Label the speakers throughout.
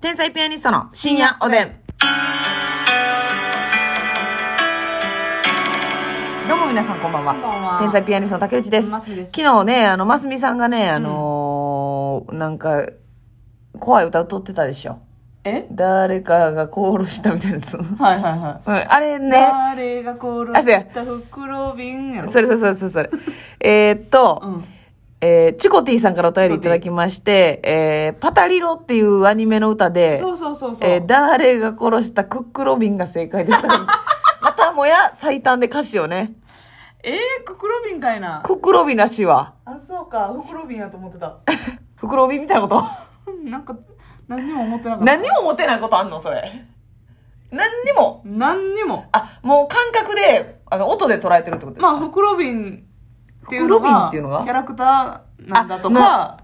Speaker 1: 天才ピアニストの深夜おでん。どうも皆さんこんばん
Speaker 2: こ
Speaker 1: は。
Speaker 2: んばんは。
Speaker 1: 天才ピアニストの竹内です。
Speaker 2: マ
Speaker 1: 昨
Speaker 2: スミです
Speaker 1: 日ね、あの、ますみさんがね、あのーなんか、怖い歌歌ってたでしょ。
Speaker 2: え
Speaker 1: 誰かがコールしたみたいなやつ。うん、
Speaker 2: はいはいは
Speaker 1: あれ
Speaker 2: い。
Speaker 1: ね。
Speaker 2: 誰が殺
Speaker 1: あそうや
Speaker 2: した袋瓶やろ。
Speaker 1: それそれそれそれ それ。えーっと、
Speaker 2: うん。
Speaker 1: えーチコティさんからお便りいただきまして、えーパタリロっていうアニメの歌で、
Speaker 2: そうそうそうそう。
Speaker 1: えー誰が殺したクックロビンが正解で した。またもや最短で歌詞をね。
Speaker 2: えー、袋瓶かいな。
Speaker 1: クックロビンらしいわ。
Speaker 2: あ、そうか。袋瓶やと思ってた。
Speaker 1: 袋瓶みたいなこと。
Speaker 2: なんか、何にも思ってなか った。
Speaker 1: 何にも持てないことあんのそれ。何にも。
Speaker 2: 何にも。
Speaker 1: あ、もう感覚で、あの、音で捉えてるってことです
Speaker 2: まあ、袋瓶っていう
Speaker 1: 袋
Speaker 2: のが、
Speaker 1: 瓶っていうのが
Speaker 2: キャラクターなんだと
Speaker 1: あ
Speaker 2: か、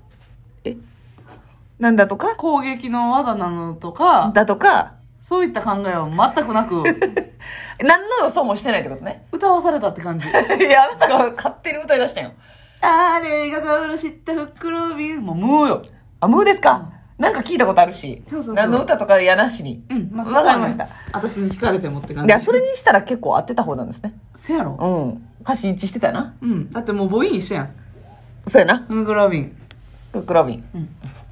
Speaker 1: なんだとか
Speaker 2: 攻撃の技なのとか、
Speaker 1: だとか、
Speaker 2: そういった考えは全く なく、
Speaker 1: 何の予想もしてないってことね。
Speaker 2: 歌わされたって感じ。
Speaker 1: いや、あなたが勝手に歌い出したよ。
Speaker 2: あれが殺した袋瓶。もう、もうよ。
Speaker 1: あ、ムーですか、なんか聞いたことあるし。
Speaker 2: そうそうそう
Speaker 1: 何の歌とかやなしに。
Speaker 2: うん、まあ、
Speaker 1: わかりました。
Speaker 2: 私に聞かれてもって感
Speaker 1: い
Speaker 2: じ。
Speaker 1: や、それにしたら結構合ってた方なんですね。
Speaker 2: せやろ。
Speaker 1: うん。歌詞一致してたよな。
Speaker 2: うん。だってもう母音一緒やん。
Speaker 1: そうやな。
Speaker 2: クックロビン。
Speaker 1: クックロビン。
Speaker 2: うん。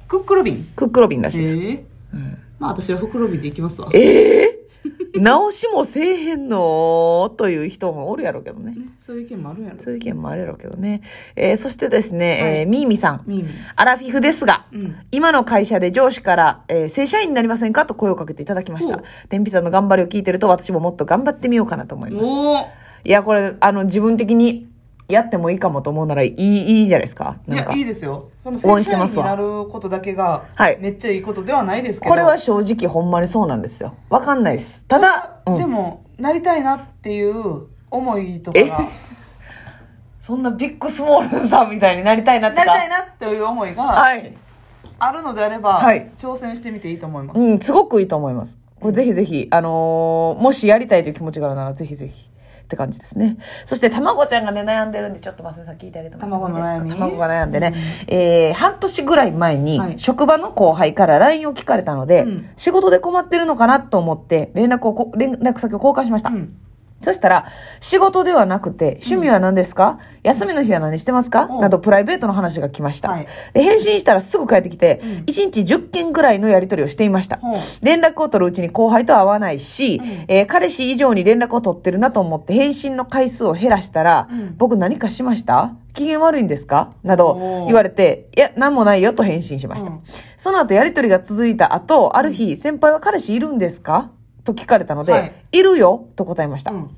Speaker 2: クックロビン。
Speaker 1: クックロビンら
Speaker 2: え
Speaker 1: しいです。
Speaker 2: ー、
Speaker 1: うん
Speaker 2: まあ私は袋瓶でいきますわ。
Speaker 1: ええ 直しもせえへんのという人もおるやろうけどね。
Speaker 2: ね、そういう意見もあるんやろ。
Speaker 1: そういう意見もあるやろうけどね。えー、そしてですね、
Speaker 2: はい
Speaker 1: えー、ミーミさん。
Speaker 2: ミーミー
Speaker 1: アラフィフですが、
Speaker 2: うん
Speaker 1: 今の会社で上司から、えー正社員になりませんかと声をかけていただきまし
Speaker 2: お
Speaker 1: た
Speaker 2: う。
Speaker 1: 天秤さんの頑張りを聞いてると私ももっと頑張ってみようかなと思います。
Speaker 2: おー
Speaker 1: いや、これ、あの、自分的にやってもいいかもと思うならいい、いいじゃないですか。
Speaker 2: い
Speaker 1: なん
Speaker 2: や、
Speaker 1: か
Speaker 2: い。いですよ。その
Speaker 1: 応援してますわ
Speaker 2: 正社員になることだけが、
Speaker 1: はい
Speaker 2: めっちゃいいことではないですけど。
Speaker 1: これは、正直ほんまにそうなんですよ。わかんないです。ただ、う
Speaker 2: で
Speaker 1: ん、
Speaker 2: も、なりたいなっていう思いとかが、
Speaker 1: そんなビッグスモールさんみたいになりたいなって
Speaker 2: な
Speaker 1: か
Speaker 2: りたいなっていう思いが
Speaker 1: はい。
Speaker 2: あるのであれば、
Speaker 1: はい
Speaker 2: 挑戦してみていいと思います。
Speaker 1: うん、すごくいいと思います。これぜひぜひ、あのーもしやりたいという気持ちがあるならぜひぜひ。って感じですね。そして、たまごちゃんがね、悩んでるんで、ちょっとますみさん聞いてあげてもらってもいいですか
Speaker 2: 卵の悩み
Speaker 1: 卵が悩んでね。えー、半年ぐらい前に、
Speaker 2: はい
Speaker 1: 職場の後輩から LINE を聞かれたので、
Speaker 2: うん
Speaker 1: 仕事で困ってるのかなと思って、連絡をこ、連絡先を交換しました。
Speaker 2: うん。
Speaker 1: そしたら、仕事ではなくて、趣味は何ですか、休みの日は何してますか、
Speaker 2: うん
Speaker 1: など、プライベートの話が来ました。
Speaker 2: はい
Speaker 1: で返信したらすぐ帰ってきて、
Speaker 2: うん
Speaker 1: 1日10件ぐらいのやり取りをしていました。
Speaker 2: ほう
Speaker 1: 連絡を取るうちに後輩と会わないし、えー彼氏以上に連絡を取ってるなと思って返信の回数を減らしたら、
Speaker 2: うん
Speaker 1: 僕何かしました機嫌悪いんですかなど
Speaker 2: おー
Speaker 1: 言われて、いや、何もないよと返信しました。
Speaker 2: うん
Speaker 1: その後やり取りが続いた後、ある日、先輩は彼氏いるんですかと聞かれたので、
Speaker 2: はいい、
Speaker 1: るよと答えました。
Speaker 2: うん。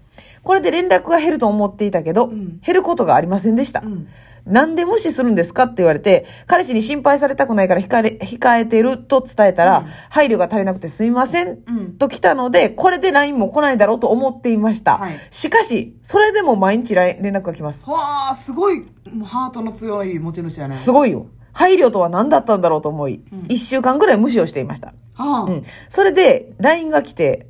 Speaker 1: これで連絡が減ると思っていたけど、
Speaker 2: うん
Speaker 1: 減ることがありませんでした。
Speaker 2: うん。
Speaker 1: なんで無視するんですかって言われて、彼氏に心配されたくないから控えれ控えてると伝えたら、配慮が足りなくてすみません、
Speaker 2: うん
Speaker 1: と来たので、これで LINE も来ないだろうと思っていました。
Speaker 2: はい
Speaker 1: しかし、それでも毎日 LINE 連絡が来ます。
Speaker 2: はあ、すごい、もうハートの強い持ち主やね。
Speaker 1: すごいよ。配慮とは何だったんだろうと思い、
Speaker 2: うん
Speaker 1: 一週間ぐらい無視をしていました。
Speaker 2: は
Speaker 1: う
Speaker 2: あ、
Speaker 1: ん。それで、LINE が来て、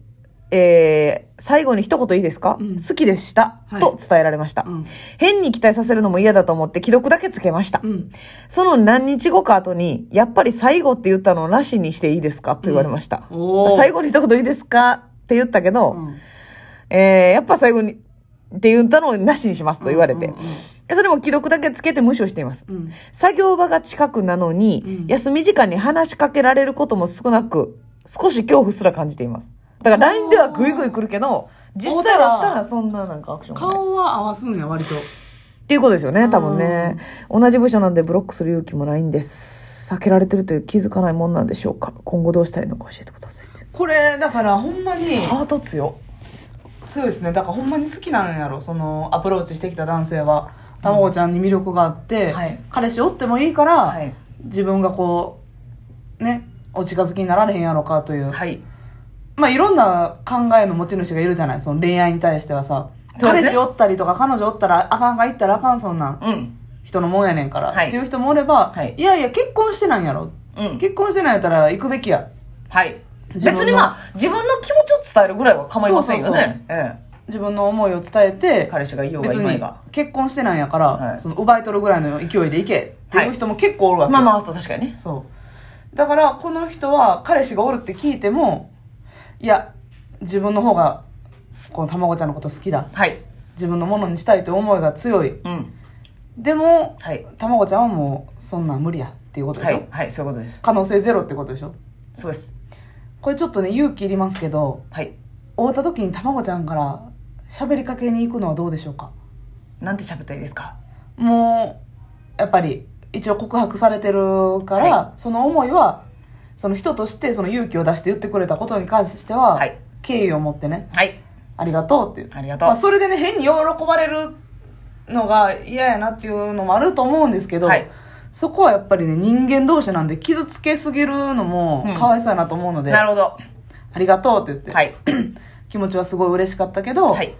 Speaker 1: えー、最後に一言いいですか、
Speaker 2: うん
Speaker 1: 好きでした、
Speaker 2: はい
Speaker 1: と伝えられました、
Speaker 2: うん
Speaker 1: 変に期待させるのも嫌だと思って既読だけつけました。
Speaker 2: うん。
Speaker 1: その何日後か後に、やっぱり最後って言ったのをなしにしていいですかと言われました。
Speaker 2: うんおー
Speaker 1: 最後に一言いいですかって言ったけど、
Speaker 2: うん。
Speaker 1: えーやっぱ最後にって言ったのをなしにしますと言われて、
Speaker 2: うんうん
Speaker 1: それも既読だけつけて無視をしています。
Speaker 2: うん。
Speaker 1: 作業場が近くなのに、
Speaker 2: うん
Speaker 1: 休み時間に話しかけられることも少なく、少し恐怖すら感じています。だから LINE ではグイグイ来るけど、実際だったらそんななんかアクションがない。
Speaker 2: 顔は合わすんや、割と。
Speaker 1: っていうことですよね、多分ね。同じ部署なんでブロックする勇気もないんです。避けられてるという気づかないもんなんでしょうか。今後どうしたらいいのか教えてくださいって。
Speaker 2: これ、だから、ほんまに、
Speaker 1: ハート強。
Speaker 2: 強いですね。だから、ほんまに好きなんやろ、その、アプローチしてきた男性は。たまごちゃんに魅力があって、
Speaker 1: はい
Speaker 2: 彼氏おってもいいから、
Speaker 1: い。
Speaker 2: 自分がこう、ね、お近づきになられへんやろかという。
Speaker 1: はい。
Speaker 2: まあ、いろんな考えの持ち主がいるじゃない、その恋愛に対してはさ。
Speaker 1: そうですね
Speaker 2: 彼氏おったりとか、彼女おったら、あかんがいったらあかん、そんなん。
Speaker 1: うん。
Speaker 2: 人のもんやねんから、
Speaker 1: はい
Speaker 2: っていう人もおれば、
Speaker 1: はい
Speaker 2: い、やいや結婚してないんやろ
Speaker 1: うん。
Speaker 2: 結婚してないやったら行くべきや
Speaker 1: はい。別
Speaker 2: 自分の
Speaker 1: にまあ、自分の気持ちを伝えるぐらいは構いませんよ
Speaker 2: そうそう
Speaker 1: ね。え
Speaker 2: 自分の思いを伝え
Speaker 1: え。
Speaker 2: て
Speaker 1: 彼氏がいようがい
Speaker 2: 別
Speaker 1: まい
Speaker 2: に
Speaker 1: が。
Speaker 2: 結婚してないんやから、
Speaker 1: はい
Speaker 2: その奪い取るぐらいの勢いで行けっていう人も結構おるわけ、
Speaker 1: まあまあ、そう確かにね。
Speaker 2: そうだから、この人は彼氏がおるって聞いても、いや、自分の方が、このたまごちゃんのこと好きだ。
Speaker 1: はい。
Speaker 2: 自分のものにしたいという思いが強い。
Speaker 1: うん。
Speaker 2: でも、
Speaker 1: はい。
Speaker 2: たまごちゃんはもう、そんなん無理やっていうことで
Speaker 1: は
Speaker 2: しょ、
Speaker 1: い。はい。そういうことです。
Speaker 2: 可能性ゼロってことでしょ
Speaker 1: そうです。
Speaker 2: これちょっとね、勇気いりますけど、
Speaker 1: はい。
Speaker 2: 会った時にたまごちゃんから喋りかけに行くのはどうでしょうか
Speaker 1: なんて喋ったらいいですか
Speaker 2: もうやっぱり一応告白されてるから、
Speaker 1: は
Speaker 2: その思いはその人としてその勇気を出して言ってくれたことに関しては、
Speaker 1: はい
Speaker 2: 敬意を持ってね
Speaker 1: はい。
Speaker 2: ありがとうっていう
Speaker 1: ありがとう
Speaker 2: まあ、それでね変に喜ばれるのが嫌やなっていうのもあると思うんですけど、
Speaker 1: はい
Speaker 2: そこはやっぱりね人間同士なんで傷つけすぎるのも
Speaker 1: うん
Speaker 2: かわいそうやなと思うので、
Speaker 1: な
Speaker 2: あ
Speaker 1: るほど。
Speaker 2: りがとうって言って、
Speaker 1: はい。
Speaker 2: 気持ちはすごい嬉しかったけど、
Speaker 1: はい。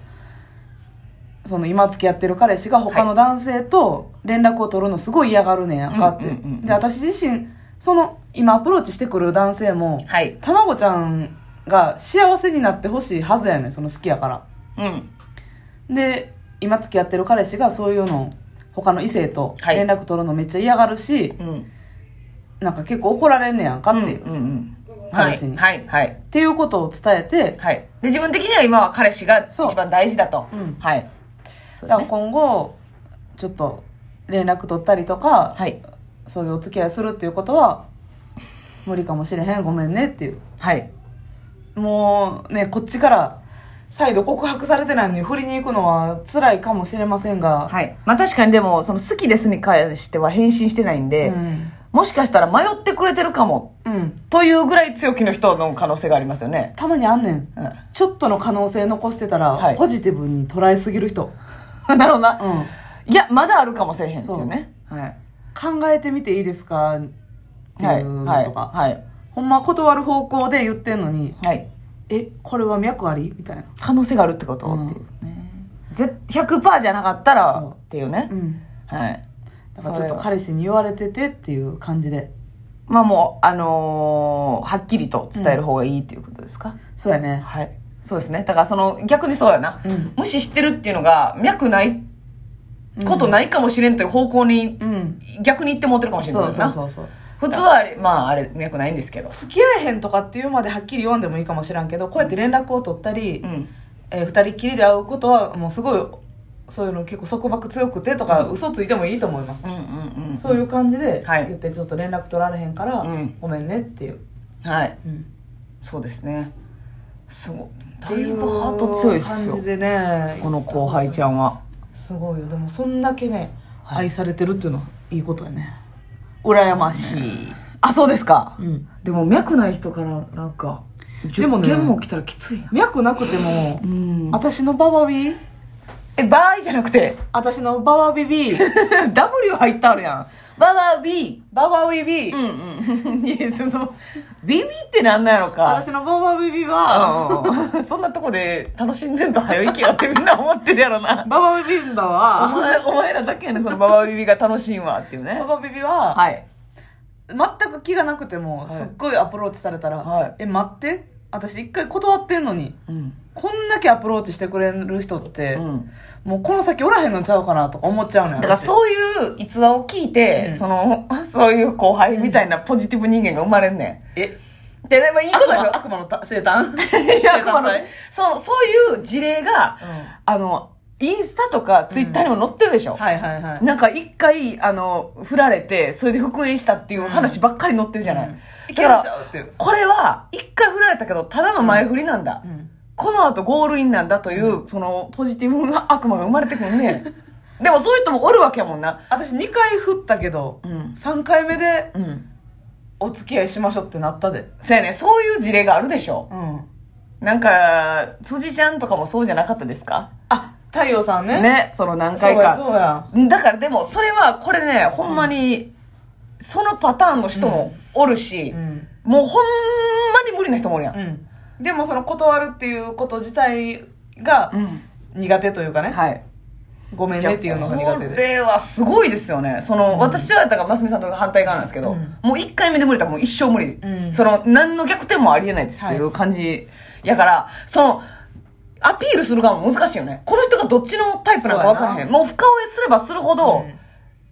Speaker 2: その今付き合ってる彼氏が他の男性と連絡を取るのすごい嫌がるねんやんかって、
Speaker 1: うんうんうんうん
Speaker 2: で私自身その今アプローチしてくる男性も
Speaker 1: はい。
Speaker 2: たまごちゃんが幸せになってほしいはずやねんその好きやから
Speaker 1: うん。
Speaker 2: で今付き合ってる彼氏がそういうのを他の異性と
Speaker 1: はい
Speaker 2: 連絡取るのめっちゃ嫌がるし、
Speaker 1: うん。
Speaker 2: なんか結構怒られんねやんかっていう、
Speaker 1: うんうんうん。は
Speaker 2: 彼
Speaker 1: い
Speaker 2: 氏。に
Speaker 1: はい。はい。
Speaker 2: っていうことを伝えて
Speaker 1: はい。で、自分的には今は彼氏が
Speaker 2: そう
Speaker 1: 一番大事だと
Speaker 2: うん。
Speaker 1: はい。そうです
Speaker 2: だから
Speaker 1: ね。
Speaker 2: 今後ちょっと連絡取ったりとか、
Speaker 1: はい。
Speaker 2: そういうお付き合いするっていうことは無理かもしれへんごめんねっていう
Speaker 1: はい。
Speaker 2: もうねこっちから再度告白されてないのに振りに行くのは辛いかもしれませんが、
Speaker 1: はい。まあ確かにでも、その好きですに関しては返信してないんで、
Speaker 2: うん、
Speaker 1: もしかしたら迷ってくれてるかも、
Speaker 2: うん、
Speaker 1: というぐらい強気の人の可能性がありますよね。
Speaker 2: たまにあんねん
Speaker 1: う
Speaker 2: ちょっとの可能性残してたら、
Speaker 1: はい
Speaker 2: ポジティブに捉えすぎる人、
Speaker 1: ん。 なるほど
Speaker 2: う
Speaker 1: な。
Speaker 2: ん、
Speaker 1: いや、まだあるかもしれへんっていうね。はい。
Speaker 2: 考えてみていいですかって
Speaker 1: はいい。
Speaker 2: うのとか、
Speaker 1: はい。
Speaker 2: ほんま断る方向で言ってんのに
Speaker 1: はい。
Speaker 2: えこれは脈ありみたいな、
Speaker 1: 可能性があるってこと、
Speaker 2: うん
Speaker 1: っていうね。ぜ100%じゃなかったら
Speaker 2: そう
Speaker 1: っていうね。
Speaker 2: うん、
Speaker 1: はい。
Speaker 2: だからちょっ
Speaker 1: そ
Speaker 2: と
Speaker 1: れは
Speaker 2: 彼氏に言われててっていう感じで
Speaker 1: まあもう、あのーはっきりと伝える方がいいっていうことですか、
Speaker 2: そうやね
Speaker 1: はい。そうですね。だからその、逆にそうやな。
Speaker 2: うん
Speaker 1: 無視してるっていうのが、脈ない、こと
Speaker 2: い、
Speaker 1: ないかもしれんという方向に、
Speaker 2: うん、
Speaker 1: 逆に言ってもってるかもしれない
Speaker 2: そ
Speaker 1: で
Speaker 2: う
Speaker 1: す
Speaker 2: そ
Speaker 1: な。
Speaker 2: うそうそう
Speaker 1: 普通はあれ、まああれ、脈ないんですけど。
Speaker 2: 付き合えへんとかっていうまではっきり読んでもいいかもしらんけどこうやって連絡を取ったり、
Speaker 1: うん。
Speaker 2: えー二人っきりで会うことはもうすごいそういうの結構束縛強くてとか、嘘ついてもいいと思います、
Speaker 1: うんうんうん。
Speaker 2: そういう感じで
Speaker 1: はい
Speaker 2: 言ってちょっと連絡取られへんから、
Speaker 1: うん
Speaker 2: ごめんねっていう、
Speaker 1: はい。
Speaker 2: うん、
Speaker 1: そうですね。すごい。だいぶハート強いっすよ
Speaker 2: 感じ。でね
Speaker 1: この後輩ちゃんは。
Speaker 2: すごいよでもそんだけね、
Speaker 1: はい
Speaker 2: 愛されてるっていうのはいいことやね羨ましい、
Speaker 1: あ、そうですか。
Speaker 2: うん、
Speaker 1: でも脈ない人から、なんか、
Speaker 2: でもね
Speaker 1: 10件も来たらきついな。
Speaker 2: 脈なくても、
Speaker 1: うん。
Speaker 2: 私のババビ
Speaker 1: え、バーイじゃなくて、
Speaker 2: 私のババビビ
Speaker 1: W 入ってあるやん。ババー B。
Speaker 2: ババビビ、
Speaker 1: うんうん。 いや、その、ビビってなんなんやろか。
Speaker 2: 私のババビビは、
Speaker 1: うん うん。そんなとこで楽しんでんと早いきやってみんな思ってるやろな。
Speaker 2: ババビビンバ
Speaker 1: お
Speaker 2: は、
Speaker 1: 前、お前らだけやねんそのババビビが楽しいわっていうね
Speaker 2: バ。バビビは、
Speaker 1: はい。
Speaker 2: 全く気がなくても、
Speaker 1: はい
Speaker 2: すっごいアプローチされたら、
Speaker 1: はい
Speaker 2: え、待って、私一回断ってんのに、
Speaker 1: うん。
Speaker 2: こんだけアプローチしてくれる人って、
Speaker 1: うん。
Speaker 2: もうこの先おらへんのちゃうかなとか思っちゃうのよ。
Speaker 1: だから
Speaker 2: う。
Speaker 1: そういう逸話を聞いて、
Speaker 2: うん
Speaker 1: その、そういう後輩みたいなポジティブ人間が生まれんね
Speaker 2: え、
Speaker 1: ん。で、でもいいこ
Speaker 2: 悪
Speaker 1: とでし
Speaker 2: 魔
Speaker 1: ょ
Speaker 2: 悪魔のた 生誕
Speaker 1: いや、熊野さん
Speaker 2: うん
Speaker 1: そう、そういう事例が、あの、インスタとかツイッターにも載ってるでしょ、
Speaker 2: はいはいはい。
Speaker 1: なんか一回、あの、振られて、それで復縁したっていう話ばっかり載ってるじゃない、
Speaker 2: うんいけ
Speaker 1: だ
Speaker 2: る
Speaker 1: か
Speaker 2: んち
Speaker 1: ら、
Speaker 2: ゃうっていう。
Speaker 1: これは、一回振られたけど、ただの前振りなんだ。
Speaker 2: うん
Speaker 1: この後ゴールインなんだという、その、ポジティブな悪魔が生まれてくるね。でもそういう人もおるわけやもんな。
Speaker 2: 私2回振ったけど、
Speaker 1: うん。
Speaker 2: 3回目で
Speaker 1: うん。
Speaker 2: お付き合いしましょうってなったで。
Speaker 1: そうやね、そういう事例があるでしょ
Speaker 2: うん。
Speaker 1: なんか、辻ちゃんとかもそうじゃなかったですか
Speaker 2: あ、太陽さんね。
Speaker 1: ね、その何
Speaker 2: そう
Speaker 1: 回
Speaker 2: や、
Speaker 1: か。
Speaker 2: そうや。
Speaker 1: だからでもそれはこれねほんまにそのパターンの人もおるし
Speaker 2: う、ん。
Speaker 1: もうほんまに無理な人もおるやん、
Speaker 2: うん。でもその断るっていうこと自体が
Speaker 1: うん
Speaker 2: 苦手というかね、
Speaker 1: はい
Speaker 2: ごめん
Speaker 1: じゃ
Speaker 2: ね
Speaker 1: あ
Speaker 2: っていうのが苦手
Speaker 1: こ
Speaker 2: で。
Speaker 1: れはすごいですよねその、私はだからますみさんと反対側なんですけど、
Speaker 2: うん
Speaker 1: もう1回目で無理だったらもう一生無理、
Speaker 2: うん
Speaker 1: その何の逆転もありえないですっていう感じやから、そのアピールする側も難しいよねこの人がどっちのタイプなのか分から
Speaker 2: そ
Speaker 1: へ
Speaker 2: うや
Speaker 1: ん
Speaker 2: な
Speaker 1: もう深追いすればするほど
Speaker 2: うん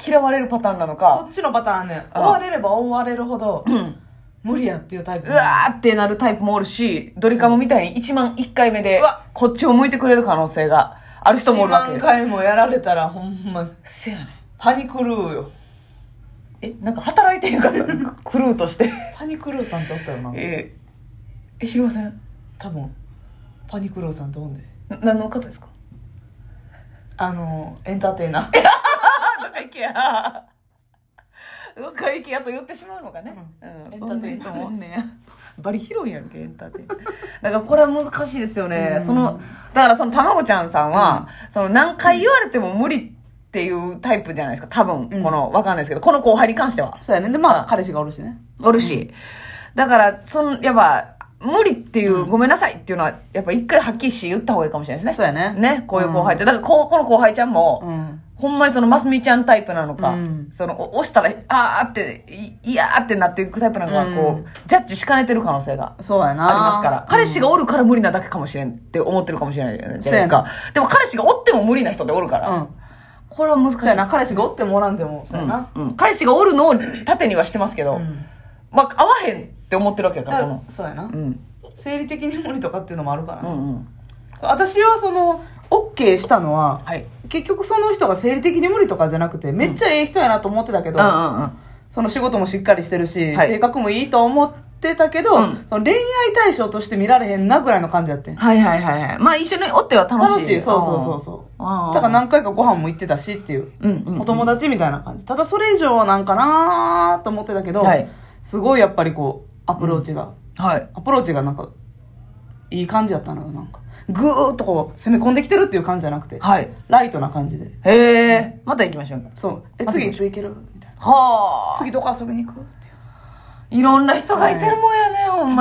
Speaker 1: 嫌われるパターンなの
Speaker 2: そ
Speaker 1: か、
Speaker 2: っちのパターンね、
Speaker 1: あ
Speaker 2: 追われれば追われるほど、
Speaker 1: うん
Speaker 2: 無理やっていうタイプ
Speaker 1: うわーってなるタイプもおるし、ドリカムみたいに1万1回目で
Speaker 2: うわ、
Speaker 1: こっちを向いてくれる可能性がある人もおるわけ
Speaker 2: 1万。回もやられたらほんま
Speaker 1: せやねん。
Speaker 2: パニクルーよ
Speaker 1: え、なんか働いてへんかった。クルーとして。
Speaker 2: パニクルーさんっておったよな
Speaker 1: えー、え、知りません
Speaker 2: 多分パニクルーさんっておんで
Speaker 1: な何の方ですか
Speaker 2: あのエンターテイナー
Speaker 1: あ、どっか行け や。どっか行けやと言ってしまうのかね。うん、
Speaker 2: うん
Speaker 1: そんな
Speaker 2: エンターテイナー
Speaker 1: 人もおんねや。バリ広いやんけ、エンターテイナー。だからこれは難しいですよね。
Speaker 2: うん
Speaker 1: その、だからそのたまごちゃんさんは、その何回言われても無理っていうタイプじゃないですか。多分、
Speaker 2: うん
Speaker 1: この、わかんないですけど、この後輩に関しては。
Speaker 2: そうやねんでまあ彼氏がおるしね
Speaker 1: おるし。だから、その、やっぱ、無理っていう、ごめんなさいっていうのは、やっぱ一回はっきりし言った方がいいかもしれないです
Speaker 2: そう
Speaker 1: ね。
Speaker 2: やね
Speaker 1: ね、こういう後輩って。だからこう、この後輩ちゃんも、
Speaker 2: うん
Speaker 1: ほんまにそのますみちゃんタイプなのか、
Speaker 2: うん
Speaker 1: そのお押したら、あーって、いいやーってなっていくタイプなのか、
Speaker 2: うん
Speaker 1: こう、ジャッジしかねてる可能性が
Speaker 2: そうやな
Speaker 1: ありますから、彼氏がおるから無理なだけかもしれんって思ってるかもしれないじゃないですか。でも彼氏がおっても無理な人っておるから、
Speaker 2: うん
Speaker 1: これは難しい
Speaker 2: そうやな彼氏がおってもおらんでもそう
Speaker 1: う
Speaker 2: や
Speaker 1: ん
Speaker 2: な
Speaker 1: うん彼氏がおるのを盾にはしてますけど、
Speaker 2: うん
Speaker 1: まあ、合わへんって思ってるわけだから、この。
Speaker 2: そうやな
Speaker 1: うん。
Speaker 2: 生理的に無理とかっていうのもあるから
Speaker 1: う
Speaker 2: なん
Speaker 1: うん。
Speaker 2: そう私はその OK したのは
Speaker 1: はい。
Speaker 2: 結局その人が生理的に無理とかじゃなくてめっちゃええ人やなと思ってたけ
Speaker 1: う
Speaker 2: ど、
Speaker 1: んうんうん。
Speaker 2: その仕事もしっかりしてるし、
Speaker 1: はい
Speaker 2: 性格もいいと思ってたけど、
Speaker 1: うん
Speaker 2: その恋愛対象として見られへんなぐらいの感じやってん
Speaker 1: はいはいはいはい。まあ、一緒におっては楽しい。。
Speaker 2: 楽しいそうそうそうそう
Speaker 1: あ
Speaker 2: う
Speaker 1: ー
Speaker 2: だから、何回かご飯も行ってたしっていう、
Speaker 1: うんうんうん。
Speaker 2: お友達みたいな感じただそれ以上はなんかなーと思ってたけど、
Speaker 1: はい
Speaker 2: すごいやっぱりこうアプローチが、
Speaker 1: はい。
Speaker 2: アプローチがなんかいい感じやったのよなんかぐーっとこう攻め込んできてるっていう感じじゃなくて
Speaker 1: はい。
Speaker 2: ライトな感じで
Speaker 1: へえ、また行きましょうか。
Speaker 2: そうえ
Speaker 1: あそう
Speaker 2: 次いつ行けるみたいな
Speaker 1: はあ。
Speaker 2: 次どこ遊びに行くっていう
Speaker 1: いろんな人がいてるもんやね、ほんまに。